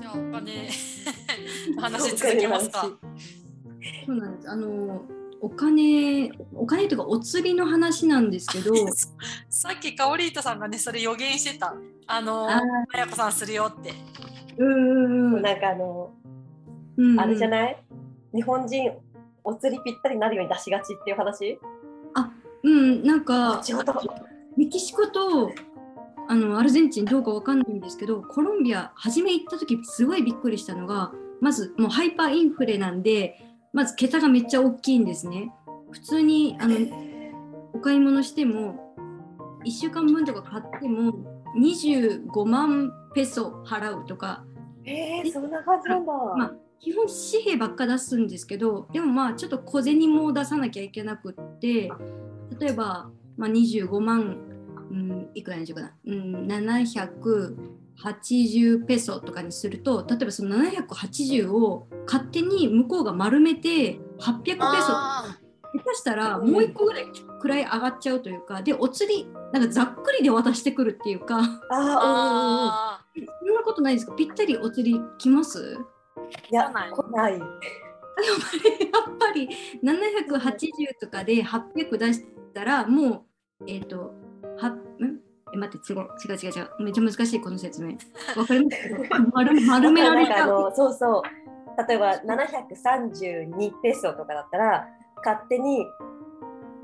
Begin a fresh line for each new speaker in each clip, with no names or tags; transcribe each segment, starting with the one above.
金の話続けますか。
そうなんです。あのお金お金というかお釣りの話なんですけど、
さっきカオリータさんがねそれ予言してた。あの
あー
あやこさんするよって。
うんうん
なんかあの、
うん
あれじゃ
い。
ない日本人お釣りぴったりになるように出しがちっていう話
うんなんか
後ほど
メキシコとあのアルゼンチンどうかわかんないんですけど、コロンビア初め行った時すごいびっくりしたのが、まずもうハイパーインフレなんで、まず桁がめっちゃ大きいんですね。普通にあのお買い物しても1週間分とか買っても25万ペソ払うとか
えー、そんな感じなんだ。
まあ基本紙幣ばっか出すんですけどでもまあちょっと小銭も出さなきゃいけなくって例えば、まあ、25万、うん、いくらにしようかな、うん、780ペソとかにすると例えばその780を勝手に向こうが丸めて800ペソ
あ
下手したらもう一個ぐらいくらい上がっちゃうというかでお釣りなんかざっくりで渡してくるっていうか
あ
あー。
そんなことないですかぴったりお釣り来ますや
ー、うんうんうん、いや、来ない。
っぱり780とかで800出したらもうえっ、とはんえ待って違う違う違う違うめっちゃ難しいこの説明わかりますけど丸丸められ
な
た
んかあのそうそう例えば732ペソとかだったら勝手に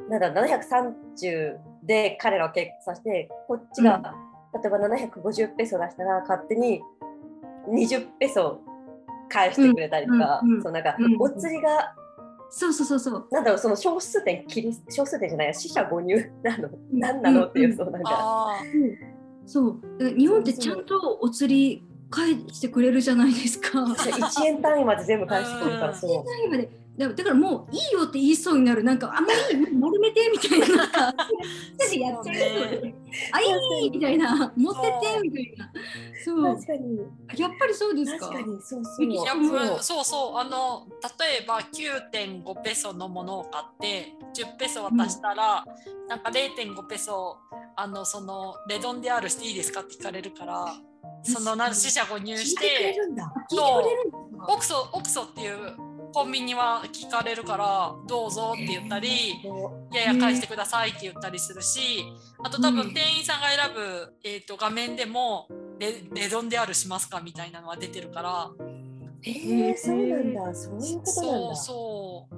なんだ730で彼らを計算してこっちが、例えば750ペソ出したら勝手に20ペソ返してくれたりとか、
うんうんうん
そうなんか、
うん
お釣りが
そうそうそうそう
なんだろうその少数点切り少数点じゃないや四捨五入なの 何なのっていうそうなんか
あー
そうだから日本ってちゃんとお釣り返してくれるじゃないですか。
1円単位まで全部返してくるか
うん
らそう。
最後までだだからもういいよって言いそうになるなんかあんまり丸めてみたい ななんか手でやっちゃうよねあいいみたいな持ってってみたいなそう
確かに
やっぱりそうですか
確かにそうそう。
メキシ
い
コ
や
そ
こ
う
れそうそうあの例えば9.5ペソのものを買って10ペソ渡したら、なんか0.5ペソあのそのレドンであるしていいですかって聞かれるからそのな死者誤入し
聞いてくれ
て
るんだ。
聞いてくれるんですか
オクソオクソっていうコンビニは聞かれるからどうぞって言ったり。いやいや返してくださいって言ったりするし、あと多
う
分
ん
店員さんが選ぶ、えー、と画面でもレ「レゾンであるしますか?」みたいなのは出てるから
えー、そうなんだ。そういうことなん
そう
だ。
そ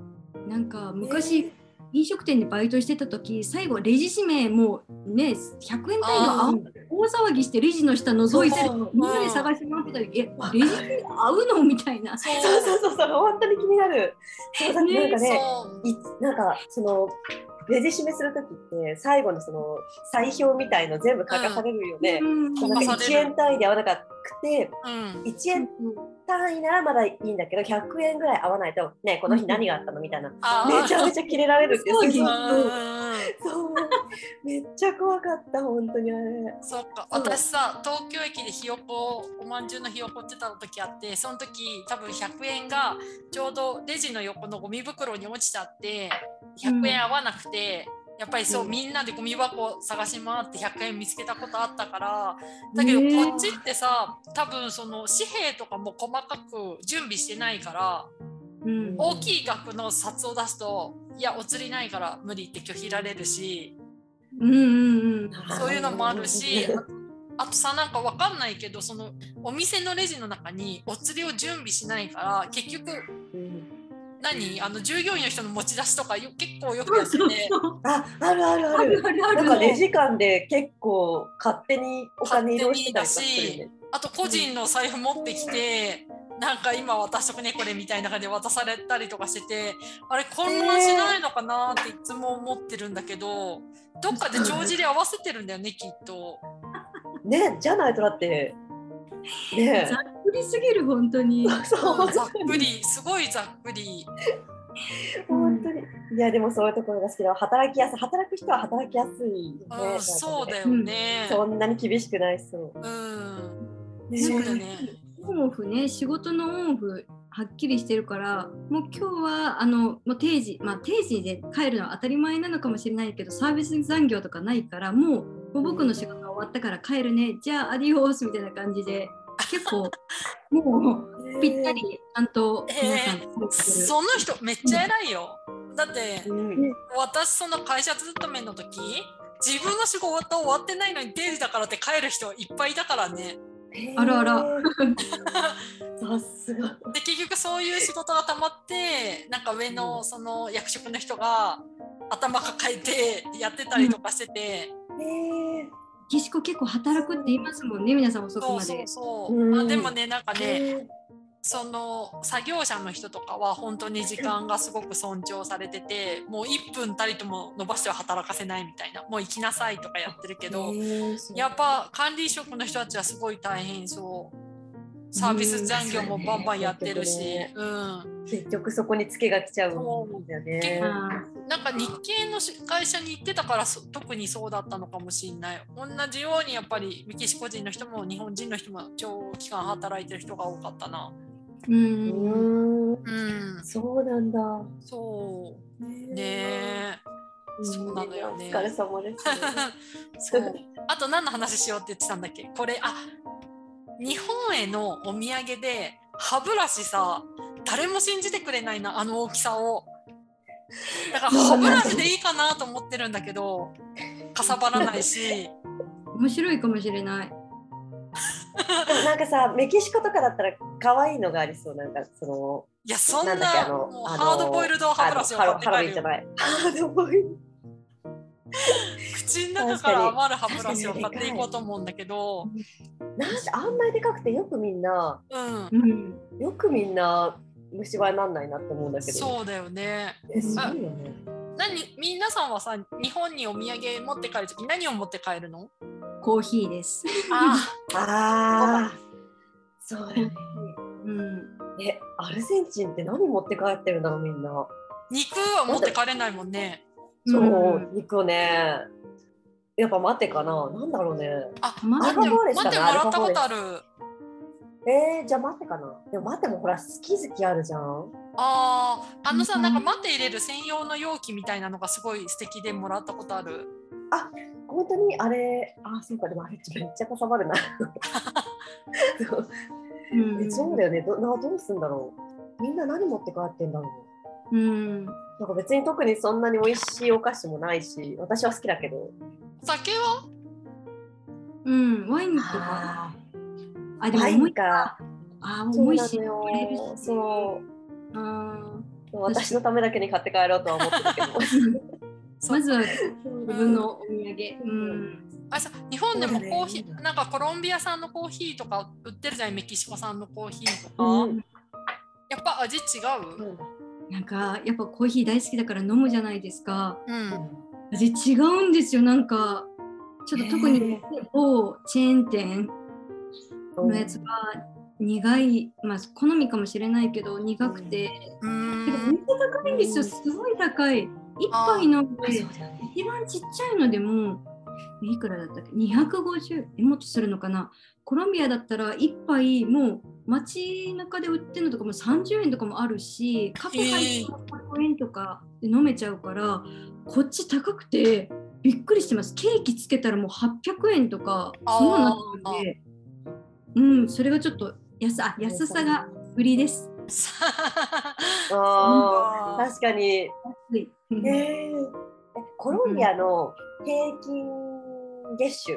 う
なんか昔飲食店でバイトしてた時最後レジ指名もうね100円単位の
あ
青大騒ぎしてレジの下覗いて
そう
みんなで探してもらってた時えレジ指名合うのみたいな。
そう
そうそうそうそう。本当に気になる。そうだってなんかね、
そう
いなんかそのレジ締めするときって最後のその採票みたいの全部書かされるよね。
うん
そう
書
なん
か
か
さ
1
れる
円単位で合わなくて
うん
1円単位ならまだいいんだけど100円ぐらい合わないとねこの日何があったのみたいな
あー
めちゃめちゃキレられるっていう
そう
うん
そ
う
う
んうん
そうめっちゃ怖かった本当にあれ
そっか
そう
私さ東京駅でひよこおまんじゅうのひよこってた時あってその時多分100円がちょうどレジの横のゴミ袋に落ちちゃって100円合わなくて、やっぱりそう、
うん
みんなでゴミ箱探し回って100円見つけたことあったからだけど
ねえ
こっちってさ多分その紙幣とかも細かく準備してないから
うん
大きい額の札を出すといやお釣りないから無理って拒否られるし。
うんうんうん
そういうのもある し
うん、
ああとさなんかわかんないけどそのお店のレジの中にお釣りを準備しないから結局何あの従業員の人の持ち出しとかよ結構よくやって て
あ、あるあるあ
あ
る
る。あるあ
な
る
んかレジ間で結構勝手にお金移動してたりとか
勝手にだし
するよね。
あと個人の財布持ってきて。なんか今渡しとくねこれみたいな感じで渡されたりとかしててあれ混乱しないのかなっていつも思ってるんだけどどっかで帳尻合わせてるんだよねきっと。
ね、じゃないとだって。ね
ざっくりすぎる本当に。
そう、
ざっくりすごいざっくり。
本当に。いや、でもそういうところが好きだわ。働きやすい、働く人は働きやすいよね。なんか
う
ね
ん、そうだよね。
そんなに厳しくないしそう。
うん、
ね
そうだね。
オンオフね仕事のオンオフはっきりしてるからもう今日はあのもう定時まあ定時で帰るのは当たり前なのかもしれないけどサービス残業とかないからもうもう僕の仕事は終わったから帰るねじゃあアディオースみたいな感じで結構もうぴったりちゃんと皆さん作ってる。
その人めっちゃ偉いよ。だって
うん
私その会社勤めの時自分の仕事終わってないのに定時だからって帰る人いっぱいいたからね。
あらあら。
さすが。
で結局そういう仕事がたまってなんか上のその役職の人が頭抱えてやってたりとかしてて、
え
岸子結構働くって言いますもんね皆さん遅く
そう
ま
そう
で。
そう、
うん
まあ、でもねなんかね、
え。
その作業者の人とかは本当に時間がすごく尊重されててもう1分たりとも伸ばしては働かせないみたいなもう行きなさいとかやってるけど、やっぱ管理職の人たちはすごい大変そうサービス残業もバンバンやってるし、うん、
結局そこにツケが来ちゃうんだよね。
う
なんか日系のし会社に行ってたからそ特にそうだったのかもしれない同じようにやっぱりメキシコ人の人も日本人の人も長期間働いてる人が多かったな。
う
うん
ん。
うん、
そうなんだ。
そうね
え。
えそうなのよね
お疲れ様です。
そうあと何の話しようって言ってたんだっけこれあ日本へのお土産で歯ブラシさ誰も信じてくれないなあの大きさをだから歯ブラシでいいかなと思ってるんだけどかさばらないし
面白いかもしれない。
でもなんかさ、メキシコとかだったら可愛いのがありそうなんかその。
いやそんな
なんだっけあの
もう
あの
ハードボイルド歯ブラシを
あの
買
ハロ
って
ハロウィン
帰る
じゃない。ハードボイル
口の中から余る歯ブラシを買っていこうと思うんだけど
なんであんまりでかくてよくみんな
うん
うん。
よくみんな虫歯になんないなって思うんだけど。
そうだよね
えすごいよね。
何皆さんはさ日本にお土産持って帰る時何を持って帰るの
コーヒーです。
あ
ああ。そうだよね。
うん。、
え、アルゼンチンって何持って帰ってるんだろうみんな。
肉は持ってかれないもんね。
そううん肉をね。やっぱ待てかな。なんだろうね。
あ、
ま
待
あ
って、待っても
アルファボーレしかない
らったことあ
ア
る。
えー、じゃあ待てかな。でも待てもほら好き好きあるじゃん。
ああ、あのさ、
うん
なんか待って入れる専用の容器みたいなのがすごい素敵でもらったことある。
本当にあれ、あ、そうか、でもあれめっちゃかさばるな。そう
う
え
ん。
そうだよね。どなどうすんだろう。みんな何持って帰ってんだろ
うん。
う。なんか別に特にそんなに美味しいお菓子もないし、私は好きだけど。
お酒は
うん。ワインとか。
あ
あ、でも
ワイ
重
ン
い。
か。
あ、
そう
重い
な
し。
のよ
れるし。
そう。
あ
私のためだけに買って帰ろうとは思ってるけど。
ー
そう
まずは自分
うん
のお土産。うん。
あれさ、日本でもコーヒ
そうだ
ー、
ね
なんかコロンビア産のコーヒーとか売ってるじゃん、メキシコ産のコーヒーとか。
うん
やっぱ味違
う
う。
ん
なんかやっぱコーヒー大好きだから飲むじゃないですか。
うん。
味違うんですよ。なんかちょっと特に
ね
某チェーン店のやつが苦い、まあ好みかもしれないけど苦くて、
う
てかお 店
ん。
高いんですよ。
うん
すごい高い。一杯飲んで一番ちっちゃいのでもいくらだったっけ250えもっとするのかなコロンビアだったら一杯もう街中で売ってるのとかも30円とかもあるしカフェ入っても100円とかで飲めちゃうから、こっち高くてびっくりしてますケーキつけたらもう800円とか
あー
そんなのなったんでうんそれがちょっと安あ安さが売りです。
あー確かに。
安いうん
えーコロンビアの平均月収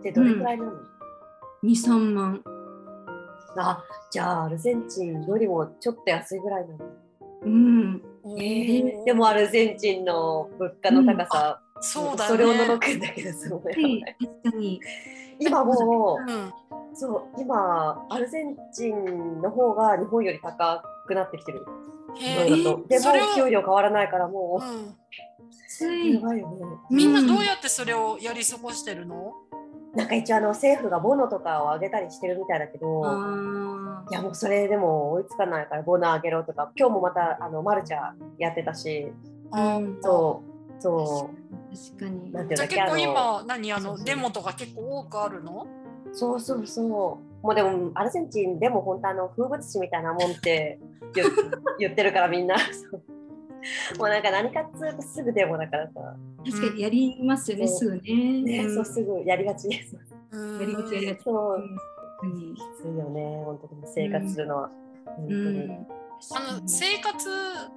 ってどれくらいなの、
23万
あじゃあアルゼンチンよりもちょっと安いぐらいなの、
うん
お
え
ー
でもアルゼンチンの物価の高さ、
そうだ
それを
よね。
除くんだけどそうだ
は
よ
い
ね
確かに
今も
うん。
うそう今アルゼンチンの方が日本より高くなってきてる
へ
え
ー
ー
いろいろとでも
それを
給料変わらないからも
うん。
つ
う、
い
やばいよね
みんなどうやってそれをやり過ごしてるの、
なんか一応あの政府がボノとかを上げたりしてるみたいだけど、
あ
いやもうそれでも追いつかないからボーナーあげろとか今日もまたあのマルチャーやってたし
あ、
そうそ
確かに
う。なんていう
じゃ
ん
あ結構
だっけあ
今何あ
そ
の
うそう
デモとか結構多くあるの
のそうそうそうもうでもアルゼンチンでも本当あの風物詩みたいなもん って言言ってるからみんな そうもうなんか何かっつうとすぐデモだからさ、
確かにやりますよね、
そう
すぐね。
ね
ん
そうすぐやりがちです
う
やりがちやりが
ん
ち。
そ
う
う
んうん
きついよね、本当に生活するのは。本当
う
に
ん
あの生活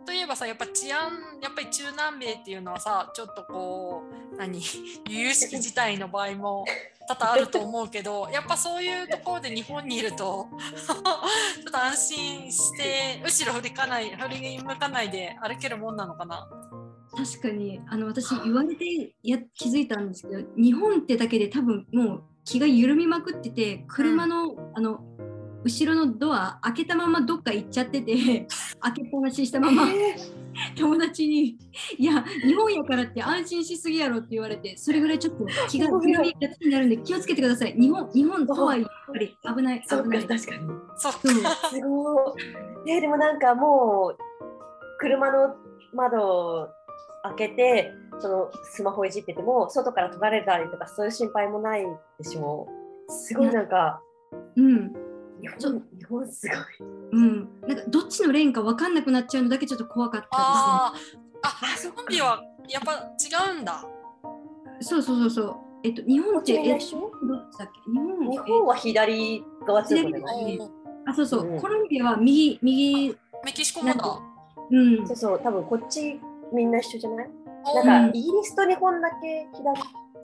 といえばさやっぱ治安やっぱり中南米っていうのはさちょっとこう何由々しき事態の場合も多々あると思うけどやっぱそういうところで日本にいると ちょっと安心して後ろ振りかない振り向かないで歩けるもんなのかな。
確かにあの私言われてや気づいたんですけど日本ってだけで多分もう気が緩みまくってて車の,、あの後ろのドア開けたままどっか行っちゃって て開けっぱなししたまま
え
友達に「いや日本やからって安心しすぎやろ」って言われてそれぐらいちょっと気が緩みがちになるんで気をつけてください日本日本とはいえやっぱり危ない
そっ
危
か
ない
確かに。す
そっか
そう
ごい。えでもなんかもう車の窓を開けてそのスマホいじってても外から取られたりとかそういう心配もないでしょう。すごいなんか
うん
日
ちょ
本日本すごい。
うんなんかどっちのレーンか分かんなくなっちゃうのだけちょっと怖かった
あーあコンビはやっぱ違うんだ。
ですねそうそうそうそうえっと日本って
こ
え
っちも一緒
どっちだっけ日本
日本は左側強くない。
左
おー
えあそうそう、
うん
コロンビアは右右
メキシコも
なん
だ
か。うん
そうそう多分こっちみんな一緒じゃない？
おー
か
なんかイギリスと日本だけ左。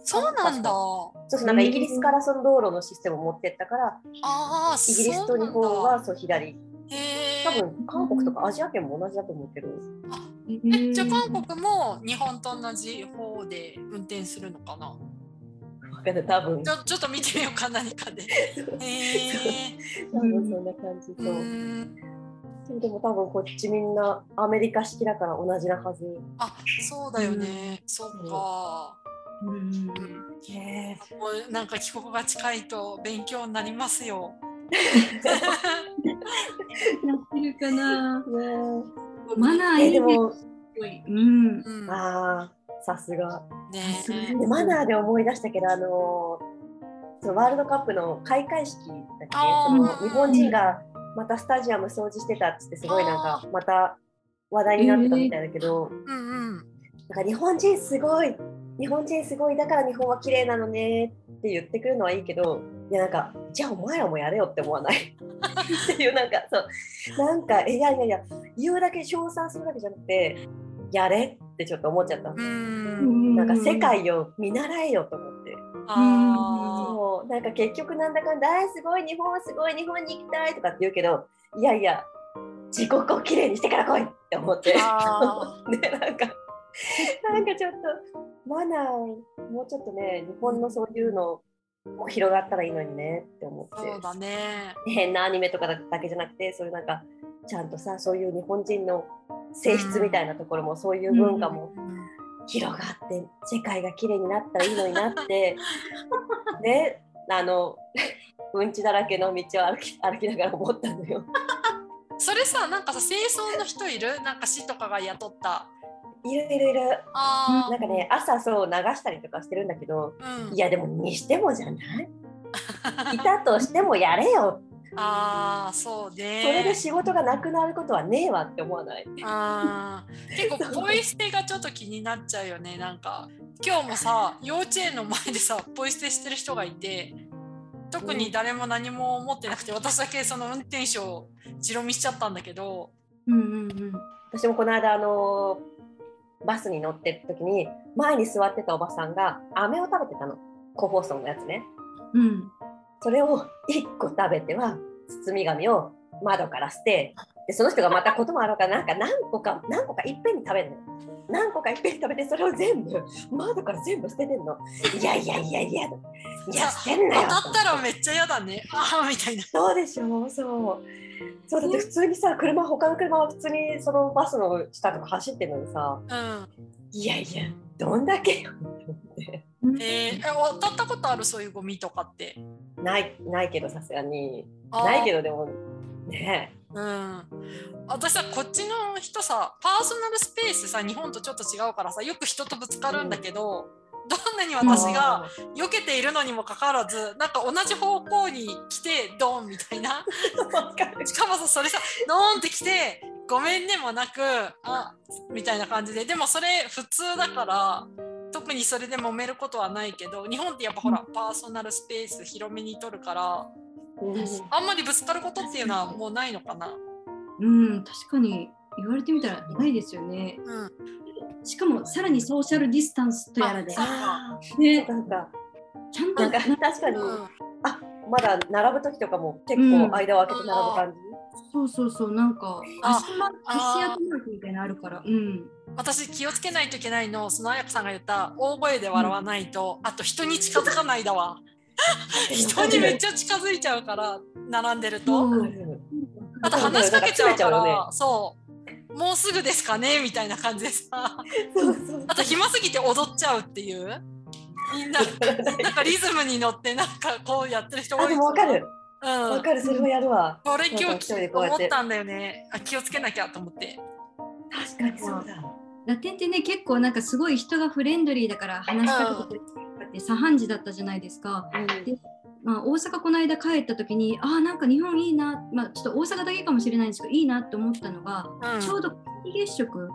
そうなんだ。
そうそうなんかイギリスからその道路のシステムを持ってったから
ああ、
イギリス
そ
と
う
日
なんだ
本はそう左
へ
多
ー
分韓国とかアジア圏も同じだと思うけど
えじゃあ韓国も日本と同じ方で運転するのかな
わかんない多分
ちょちょっと見てみようか何 かで。え
多分そんな感じと、
ー、うーん
そうでも多分こっちみんなアメリカ式だから同じなはず
あそうだよね、そうか。
うん
へ
もうなんか帰国が近いと勉強になります よ。
なってるかな
えね
マナーい
え
いね
えでも
すごいうん
うん、
ああさすが
ね
すごい
でマナーで思い出したけどあのーそのワールドカップの開会式だっけ
あ
そ
ー
の日本人がまたスタジアム掃除してたっつってすごいなんかまた話題になってたみたいだけど、
うんうん。
なんか日本人すごい日本人すごいだから日本は綺麗なのねって言ってくるのはいいけどいやなんかじゃあお前らもやれよって思わないっていうなんかそうなんかえいやいやいや言うだけ称賛するだけじゃなくてやれってちょっと思っちゃった、
う。
うんん
なんか世界を見習えよと思って、
あ
そうなんか結局なんだかんだあーすごい日本すごい日本に行きたいとかって言うけどいやいや自国を綺麗にしてから来いって思 って
ー。あ
ね、なんか、なんかちょっと、マナー、もうちょっとね、日本のそういうのも広がったらいいのにねって思
ー。そう
っ
だね。
て、変なアニメとかだけじゃなくて、そういうなんか、ちゃんとさ、そういう日本人の性質みたいなところも、そういう文化も
うん
広がって、世界が綺麗になったらいいのに なって、ね、あの、うんちだらけの道を歩き歩きながら思ったのよ。
それさなんかさ清掃の人いるなんか市とかが雇った。
いるいるいる。
あ
なんかね、朝そう流したりとかしてるんだけど、
あ。うん。
いやでもにしてもじゃないいたとしてもやれよ、
ああそうね。
それで仕事がなくなることはねえわって思わない
あー結構ポイ捨てがちょっと気になっちゃうよねなんか今日もさ幼稚園の前でさポイ捨てしてる人がいて特に誰も何も思ってなくて私だけその運転手を白見しちゃったんだけど
うんうんうん
私もこの間あのバスに乗ってる時に前に座ってたおばさんが飴を食べてたの個包装のやつね
うん
それを1個食べては包み紙を窓から捨てでその人がまたこともあろうからなんか何個か何個かいっぺんに食べるの何個かいっぺんに食べてそれを全部窓から全部捨ててんのいやいやいやいやいや捨てん
当
なよ
たったらめっちゃ嫌だねああみたいな
そうでしょう、そう。そうだって普通にさ、車、他の車は普通にそのバスの下とか走ってるのにさ、いやいや、どんだけよって思って
うんえーえ当たったことあるそういうゴミとかって
ない、ないけどさすがに。
あー
ないけどでも、ね
うん、私さこっちの人さパーソナルスペースさ日本とちょっと違うからさよく人とぶつかるんだけど、どんなに
え。
私が、避けているのにもかかわらずなんか同じ方向に来てドンみたいな
わかる
しかもさそれさドンって来てごめんねもなくあみたいな感じででもそれ普通だから特にそれで揉めることはないけど日本ってやっぱほらパーソナルスペース広めに取るから
うん
あんまりぶつかることっていうのはもうないのかな。
うん、確かに言われてみたらないですよね。
うん。
しかもさらにソーシャルディスタンスとやらで、
あ
ね
ー、なんか
ちゃんと
なんか確かに、
うん
あまだ並ぶ時とかも結
うん
構間を空けて並ぶ感じ、
そうそうそうなんか
あ
足ま
あ
足跡マークみたいなのあるから、うん、
私気をつけないといけないのそのあやこさんが言った大声で笑わないと、あと人に近づかないだわ人にめっちゃ近づいちゃうから並んでると、
そう
あと話しかけちゃうから
なんか詰めちゃうよ
そうもうすぐですかねみたいな感じでさ
そうそう
あと暇すぎて踊っちゃうっていうみんななんかリズムに乗ってなんかこうやってる人多
あ
い
でもわかる
うん
わかるそれはやるわ
これ今
なんか
日
一人でこうや
思
っ
ってたんだよねあ気をつけなきゃと思って
確かにそうだ
ラテンってね結構なんかすごい人がフレンドリーだから話しかけてくれるって茶飯事だったじゃないですか、まあ、大阪この間帰った時にあーなんか日本いいな、まあ、ちょっと大阪だけかもしれないんですけどいいなと思ったのが、
うん
ちょうど皆既月食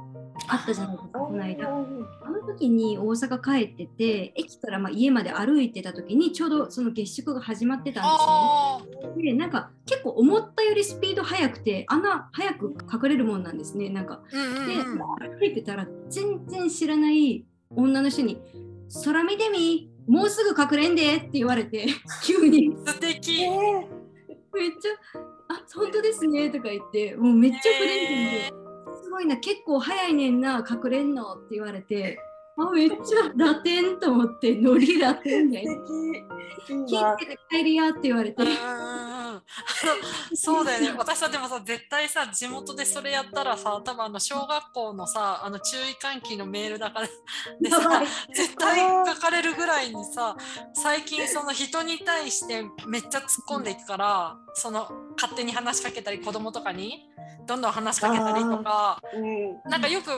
あったじゃないですかこの間
うん
あの時に大阪帰ってて駅からまあ家まで歩いてた時にちょうどその月食が始まってたんですよね。
あー
でなんか結構思ったよりスピード速くてあんな早く隠れるもんなんですねなんか。
うん
で
うんうん
歩いてたら全然知らない女の人に「空見てみもうすぐ隠れんで」って言われて 急に
素敵、
ね
めっちゃ「あ本当ですね」とか言ってもうめっちゃフレンドリーで。すごいな結構早いねんな隠れんのって言われてあめっちゃラテンと思ってノリラテ ンや
え素
気
敵いい
を
わ
つけて帰りやって言われて
うんうんうんうんそうだよ ね私はでもさ絶対さ地元でそれやったらさ多分あの小学校のさあの注意喚起のメールだからでさ絶対書かれるぐらいにさ最近その人に対してめっちゃ突っ込んでいくからその勝手に話しかけたり子供とかにどんどん話しかけたりとか。
うん
なんかよく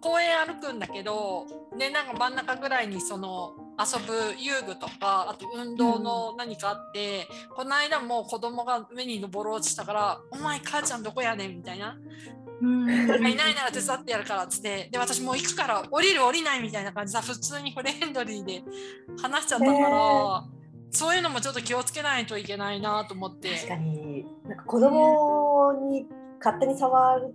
公園歩くんだけど、ね、なんか真ん中ぐらいにその遊ぶ遊具とかあと運動の何かあって、この間も子供が上に登ろうとしたから「お前母ちゃんどこやねん」みたいな
う
「
ん
なんかいないなら手伝ってやるから」っつってで私もう行くから降りる降りないみたいな感じさ普通にフレンドリーで 話しちゃったから、
へ
そういうのもちょっと気をつけないといけないなと思って。
確かになんか子供に勝手に触っ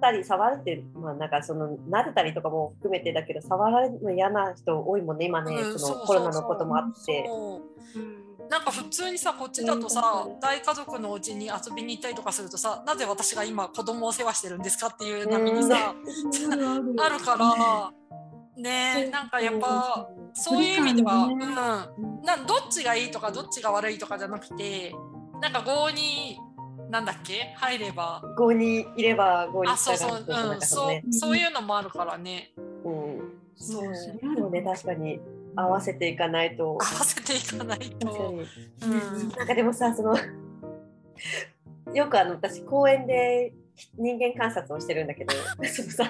たり触るって、まあ、なんかその撫でたりとかも含めてだけど触られるの嫌な人多いもんね今ね、
うんそうそう
そ
そ
の
う
コロナのこともあって
そう
うん
なんか普通にさこっちだとさ
うん
大家族のうちに遊びに行ったりとかするとさなぜ私が今子供を世話してるんですかっていう波にさあるからねえなんかやっぱそういう意味では、
距離
うん、などっちがいいとかどっちが悪いとかじゃなくてなんか郷になんだっけ入れば
5人いれば5
あ
人
そう
従
そう
う人
う
なんんかその
そ
ね
うそういうのもあるからね
うん
そううんそれある
そうね確かに合わせていかないと
合わせていかない
確か
と。
に
うん
なんかでもさその よくあの私公園で人間観察をしてるん だけどそのさ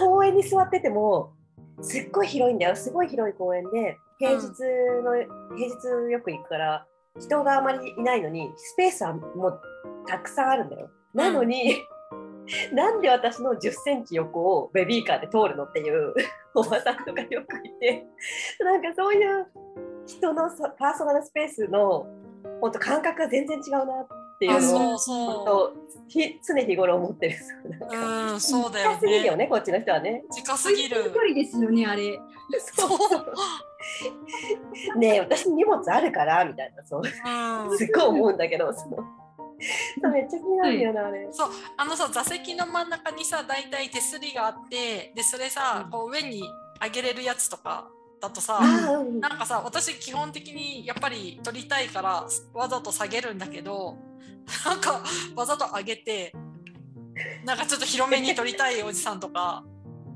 公園に座っててもすっごい広いんだよすごい広い公園で平日の、平日よく行くから人があまりいないのにスペースはもうたくさんあるんだよ。なのに、なんで私の1 0センチ横をベビーカーで通るのっていうおばさんとかよくいて なんかそういう人のさパーソナルスペースの本当感覚が全然違うなってい
あ
うの
そ
を
うそ
本当ひ常日頃思ってる。
う、うん、そうだよ
近すぎるよ
ね。
ねこっちの人はね。
近すぎる。
ですよねあれ。
そう。
ねえ私荷物あるからみたいな そう
うん
すっごい思うんだけどそのめっちゃ気になるんだよなあれ。
そうあのさ座席の真ん中にさ大体手すりがあってでそれさこう上に上げれるやつとかだとさ
ああうん
なんかさ私基本的にやっぱり取りたいからわざと下げるんだけどなんかわざと上げてなんかちょっと広めに取りたいおじさんとか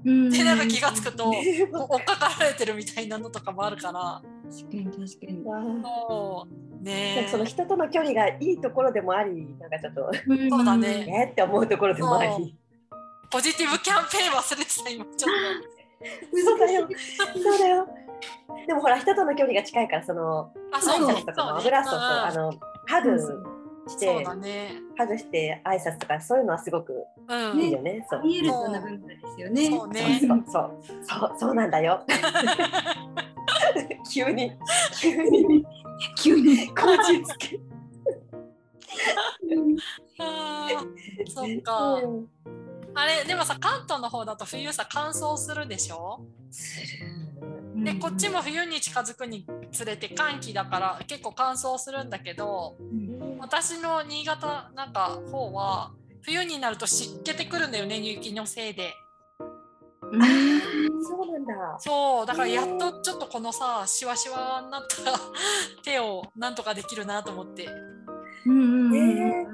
うん
でなんか気がつくとこ
ねえ
う追っかかられてるみたいなのとかもあるから
確かに確かに。
わあ
そう
なん
ね
かその人との距離がいいところでもありなんかちょ っと
そうだね
ねって思うところでもあ
そう
り
ポジティブキャンペーン忘れてた今ちょっ
そうだよそうだよでもほら人との距離が近いからその
とあ
挨
そうね
拶とかもブラストとあのハグし
そう
て
だね。
ハグして挨拶とかそういうのはすごく
うん。
いいよねそう
見えるような文化ですよね。
そうね。
そうそう そうそうそうなんだよ急に急に
急に。
こじつけ。
あーそっか
う。ん
あれ、でもさ、関東の方だと冬さ、乾燥するでしょ
する。
で、こっちも冬に近づくにつれて寒気だから結構乾燥するんだけど、
うん。
私の新潟なんか方は、冬になると湿気てくるんだよね、雪のせいで。
うん
そうなんだ。
そう、だからやっとちょっとこのさ、シワシワになった 手をなんとかできるなと思って。
うんうんうんうん
ね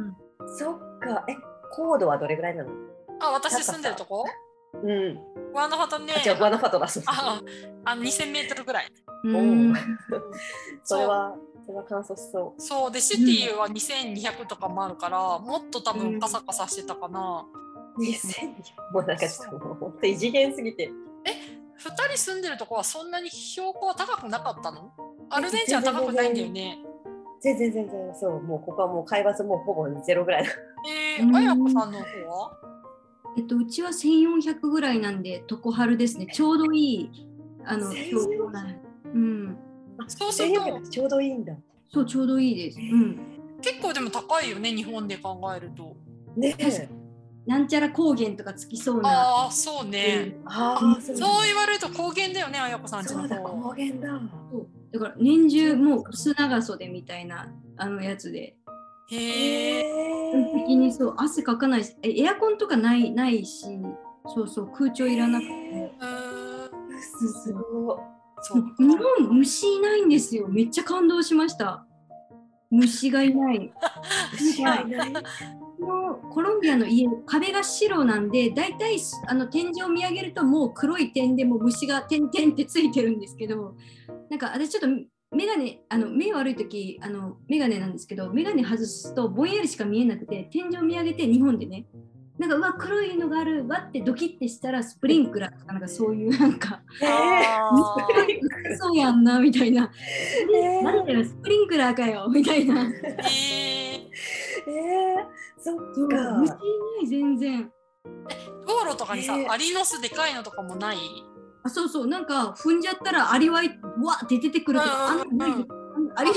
そっか。え、高度はどれぐらいなの？
あ、私住んでるとこ
うん。
ワナハタね
あ、、じゃあワナファトだそう。
ああ2000メートルぐらい。
うん
おーそれはそれは乾燥しそ
そうでシティは2200とかもあるからもっと多分カサカサしてたかな、
う。二千もうなんかちょっともう本当異次元すぎて。
二2人住んでるとこはそんなに標高は高くなかったのアルゼンチンは高くないんだよね
全然全然そう。もうここはもう海抜もうほぼゼロぐらい。
え
うん
ー、あやこさんの方は
えっと、うちは1400ぐらいなんで、常春ですね。ちょうどいい、あの、
1400
標高なんでうん。
そうすると
1400ちょうどいいんだ。
そう、ちょうどいいです。うん。
結構でも高いよね日本で考えると
ね
確かなんちゃら高原とかつきそうな。
ああそうね、
ああ、そう
そう言われると高原だよねあやこさんち
そ
の
うだ、高
方
原だ。
そうだから、年中もう薄長袖みたいな、あのやつで。
へえ
基本的にそう、汗かかないし、えエアコンとかない、ないし。そうそう、空調いらなくて。
え
うーん
ーすごい。
そ
日
うか
本虫いないんですよ。めっちゃ感動しました。虫が いない。
知らない。
このコロンビアの家壁が白なんで大体すあの天井を見上げるともう黒い点でもう虫が点々ってついてるんですけどなんか私ちょっと眼鏡あの目悪い時あの眼鏡なんですけど眼鏡外すとぼんやりしか見えなくて天井見上げて日本でねなんかうわ黒いのがあるわってドキッてしたらスプリンクラーとかなんかそういうなんか
あー
そうやんなみたいな
え
なんだよスプリンクラーかよみたいな
へー
えー、そ
そう
っ
虫い
か。
ない全然。
道路とかにさ
ね
アリの巣でかいのとかもない
あそうそうなんか踏んじゃったらアリはいわって出てくるとかあ
うん
ん
う
な
うん
んないよあのアリの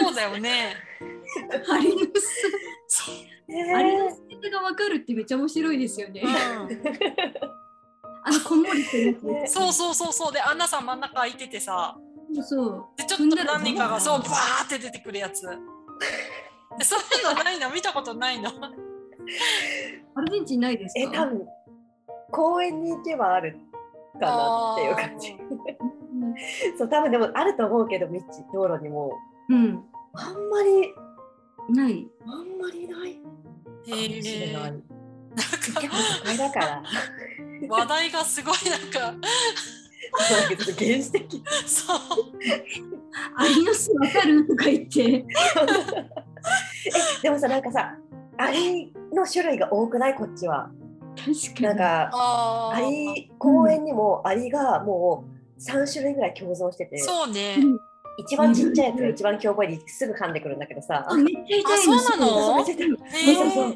そうだよね
アリの巣
え
アリの巣がわかるってめっちゃ面白いですよね。あのこんもりしてるや
ね
そうそうそうそうであんなさ真ん中空いててさ
つ。そう
でちょっと何かがそうバーって出てくるやつでそういうのないの見たことないの
アルゼンチンないです
え、
か？
多分公園に行けばあるかなっていう感じ。そう、多分でもあると思うけど、道、道路にも。
うん
あんまり、
ない。
あんまりないか
え
もしれ
ー、
な。
ないん
結
か
構都会だから。
話題がすごいなんか
なんかちょっと原始的。
そう
アリの巣わかるとか言って。
え、 でもさ、なんかさ、アリの種類が多くないこっちは。
確か
なん
に。
か、
あ
ア
ー
リ公園にもアリがもう3種類ぐらい共存してて、
そうね
うん
一番ちっちゃいやつが一番凶暴ですぐ噛んでくるんだけどさ、
あめっちゃ痛い
あそうなの
めっちゃ痛い
へ
そうそ
ー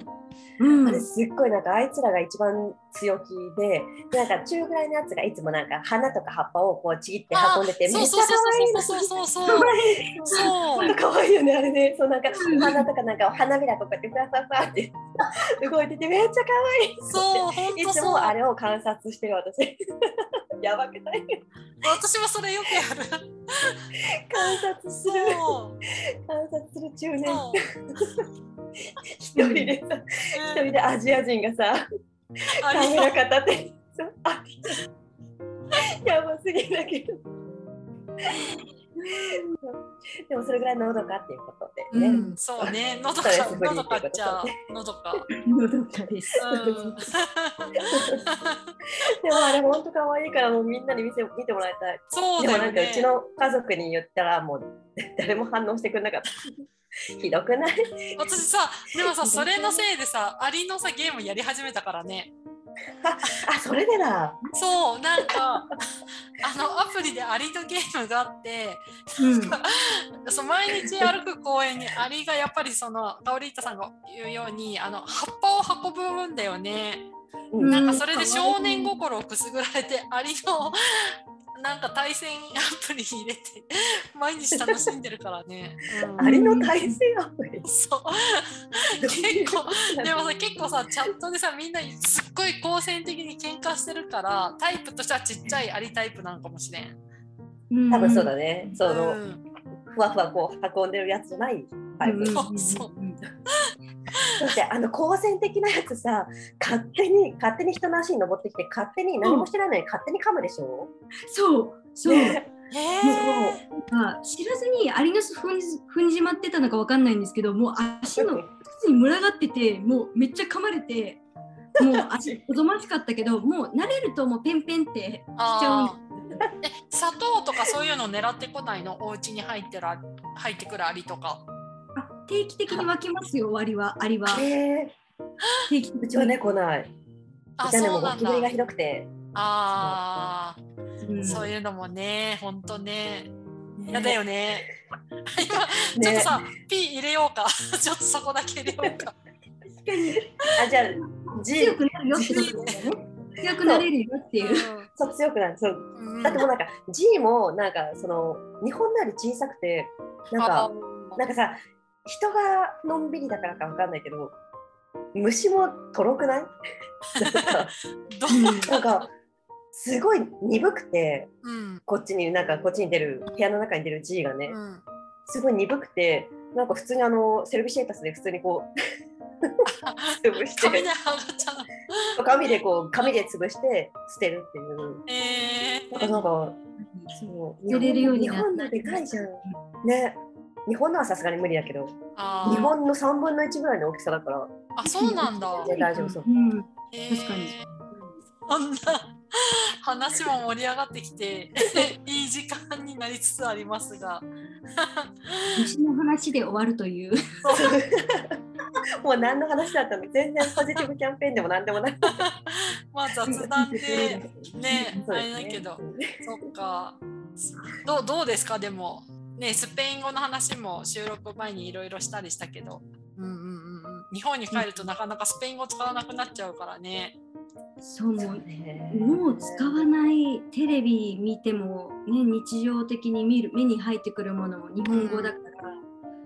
う
うん
あれすっごいなんかあいつらが一番強気ででなんか中ぐらいのやつがいつもなんか花とか葉っぱをこうちぎって運んでてめっちゃ可愛いの
そうそうそうそうそうそう
本当可愛いよねあれねそうなんか
うん
花とかなんか花びらとかってふわふわふわって動いててめっちゃ可愛い
そう本
い
当
つ
そう
もあれを観察してる 私やばくない
私もそれよくやる
観察する
そう
観察する中年
そう
一人でさ一人でアジア人がさ
あ
カ
り
メ
が
ラ片手にさあ やばすぎだけどでもそれぐらいのどかっていうことでね、
うん
そうね、のどか
ストレスフ、リ
の
ー
ど
って
か
いうこと
っちゃ、のどか。
のどかです。
うん、
でもあれほんと可愛いからもうみんなに見せ見てもらいたい
そう
で
だ
もな
よ
んかう
ね
ち。の家族に言ったらもう 誰も反応してくれなかったひどくない
私さ、でもさ、それのせいでさ、アリのさ、ゲームやり始めたからね。
あそれでだ
そう、なん か、あのアプリでアリのゲームがあって、
うん。
そう毎日歩く公園にアリがやっぱりその、カオリータさんが言うように、あの葉っぱを運ぶんだよね。
うん
なんかそれで少年心をくすぐられて、アリのなんか対戦アプリ入れて毎日楽しんでるからね。うん
アリの対戦アプリ
そう結構 でもさ結構さチャットでさみんなすっごい好戦的に喧嘩してるからタイプとしてはちっちゃいアリタイプなんかもしれん。
うん
多分そうだね。その、
うん
ふわふわこう運んでるやつじゃないタイプ。
んそうそう
だってあの光線的なやつさ、勝手に勝手に人の足に登ってきて勝手に何もしてないのに勝手に噛むでしょ。
そうそう
へー
まあ知らずにアリの巣踏ん踏んじまってたのかわかんないんですけどもう足の靴に群がっててもうめっちゃ噛まれてもう足おぞましかったけどもう慣れるともうペンペンってしちゃうん
あーえ砂糖とかそういうの狙ってこないのお家に入ってるアリ入ってくるアリとか。
あ定期的に湧きますよアリはアリは
へえ
定期
う
的
ちは
に、
ね来ない。う
あ
ちはね
そ
も
う
う
な
ゴ
ん
キ
だ
ブリが。ひどくて。
ああ、
うん
そういうのもね、本当ね、
ね
やだよね。今
ね
ちょっとさ、ピー入れようか、 ちょっとそこだけ入れようか。
あじゃあ G
強くなるよっていうことだよね強くなれるよっていう
そう強くなる。そう
うんうん
だってもうなんか G もなんかその日本のより小さくてなん
あ
かなんかさ人がのんびりだからかわかんないけど虫もとろくない？
ど
う
なんかすごい鈍くて
うん
こっちになんかこっちに出る部屋の中に出る G がね
うん、
すごい鈍くてなんか普通にあのセルビシエタスで普通にこ う潰し
髪で上
て
がっちゃうの。
紙でこう紙で潰して捨てるっていう
え
な
ー
んかなんかそう
捨てれるように
日
なった
本のでかいじゃんね日本のはさすがに無理だけど
あー
日本の3分の1ぐらいの大きさだから
あそうなんだ。
全然大丈夫そう
うんうん
え
確かに
ーこんな話も盛り上がってきて いい時間になりつつありますが
虫の話で終わるという
もう何の話だったの全然ポジティブキャンペーンでも何でもない
まあ雑談でね
そう
あ
です
れだ
ね
けどそっかどうどうですかでもねスペイン語の話も収録前にいろいろしたりしたけど、うんうんうんうん、日本に帰るとなかなかスペイン語使わなくなっちゃうからね。
そうもう
ね
もう使わないテレビ見ても、ね、日常的に見る目に入ってくるものも日本語だから、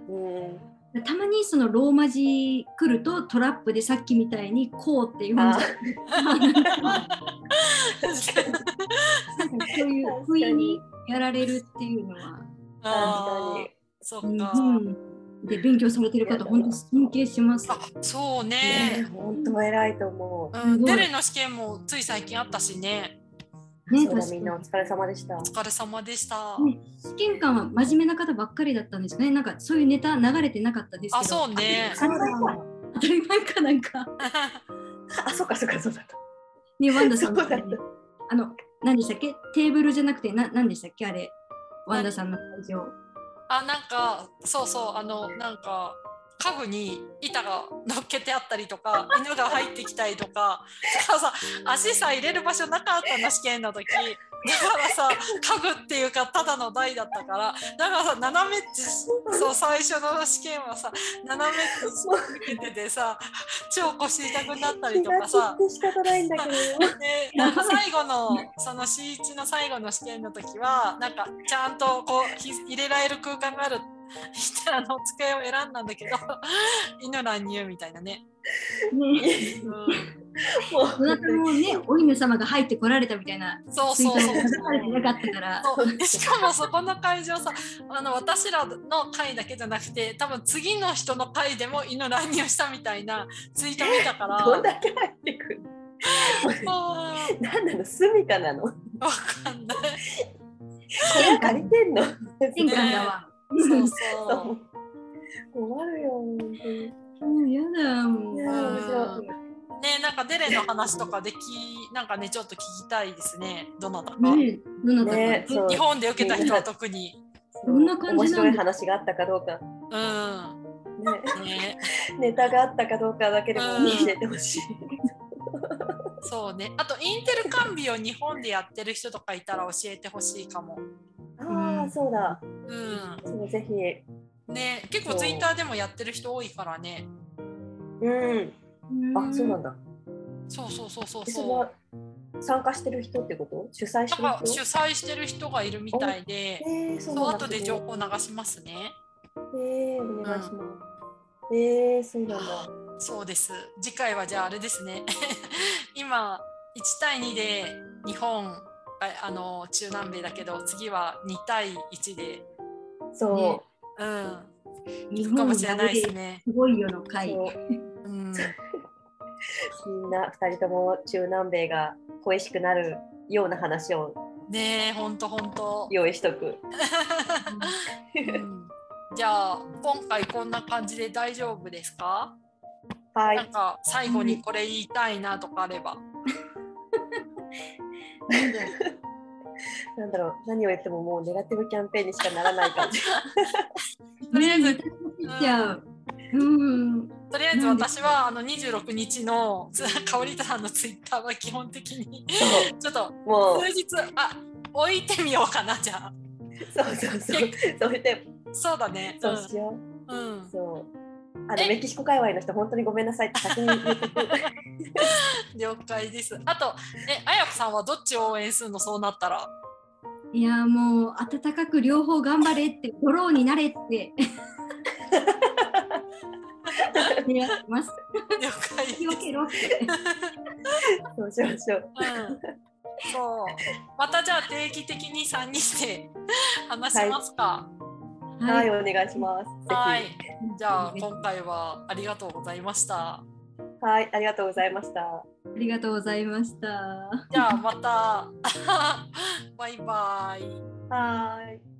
うん
たまにそのローマ字来るとトラップでさっきみたいにこうっていう
あ
なんかそういう不意にやられるっていうのは、
あー
確
そっ
日
か、
本で勉強されてる方本当尊敬します。
あそう
かにね
ね
本当偉いと思う
うん、
すご
デ
い
レの試験もつい最近あったしね
ね
そうだみ
確
んな
か
お
に
疲れ様でした
お疲れ様でした。
ね試験官は真面目な方ばっかりだったんですね。なんかそういうネタ流れてなかったですけど。
あそうね
あれは当たり前かなんか。
あそうかそうかそうだった
ね、ワンダさんの、
そうだった
あの、何でしたっけテーブルじゃなくて、な何でしたっけあれ、ワンダさんの会場。
あなんかそうそうあのなんか家具に板が乗っけてあったりとか犬が入ってきたりとかだからさ足さ入れる場所なかったの試験の時だからさ家具っていうかただの台だったからだからさ斜めっちそう最初の試験はさ斜めっち受けててさ超腰痛くなったり
気
と
が
か
散
さ
って仕方ないんだけど
でなんか最後のその C1 の最後の試験の時はなんかちゃんとこうひ入れられる空間がある人らの机を選んだんだけど 犬乱入みたいなね、
ね、
うん、
どなたもね、お犬様が入ってこられたみたいな、
そう
ツイッ
そうそう
ターに書かれてなかったから、
そうでしかもそこの会場さあの私らの会だけじゃなくて多分次の人の会でも犬乱入したみたいなツイート見たから
どんだけ入ってくる
あー
何なの住みかなのこ
わかんない
れ借りてんの
玄関だわ。
そうそう
困るよ本当に
うん、やだ、もう
い。や面白い
ねなんかデレの話とかできなんかねちょっと聞きたいですねどなたか、
ね、どなたか、
ねそう
日本で受けた人は特に
どんな感じな
面白
の
い話があったかどうか、
うんね
ね、 ネタがあったかどうかだけでも
うん
教えてほしい。
そうねあとインテルカンビを日本でやってる人とかいたら教えてほしいかも
ああ、そうだ。
う
そうぜひ。
んね結構ツイッターでもやってる人多いからね
うん。あ、そうなんだ。
そうそうそうそう
そ
そ
の
う
参加してる人ってこと主催してる
なんか主
人
催してる人がいるみたいで、
えー、
そう
なんだ
後で情報流しますね。
えー、お願いします。えー、そうなんだ。
そうです。次回はじゃああれですね。 今1対2で日本ああの中南米だけど次は2対1で、
そ
うん、
日
いくかも
本も
しれ
ダ
な
ブ
いで
ですす
ね。
ごいよの
う、
回。
そう
うん、
みんな二人とも中南米が恋しくなるような話を
ねえ本当本当。
用意しとく。
うんじゃあ今回こんな感じで大丈夫ですか？
は
なん
い。
か最後にこれ言いたいなとかあれば。
なんだろう、何を言ってももうネガティブキャンペーンにしかならない感じ。
とりあえず
ね見たくなっちゃう。うん。
とりあえず私はあの26日のつかおりたさんのツイッターは基本的に
そう
ちょっと
もう
数日あ置いてみようかなじゃあ
そうそうそう。そう言って
そうだね
そうしよ
うん、うん
う。そう。あの
え
メキシコ界隈の人本当にごめんなさいって先に言っとく。
了解ですあとえあやこさんはどっちを応援するのそうなったら
いやもう温かく両方頑張れってドローになれって 願ってます。
了解
気を
です
けろって。
そうしましょう。
うんそうまたじゃあ定期的に3人で話しますか
はい、お願いします。
はい
ぜ
じゃあ今回はありがとうございました
ひはい、ありがとうございました。
ありがとうございました。
じゃあまた バイバイ
はーい。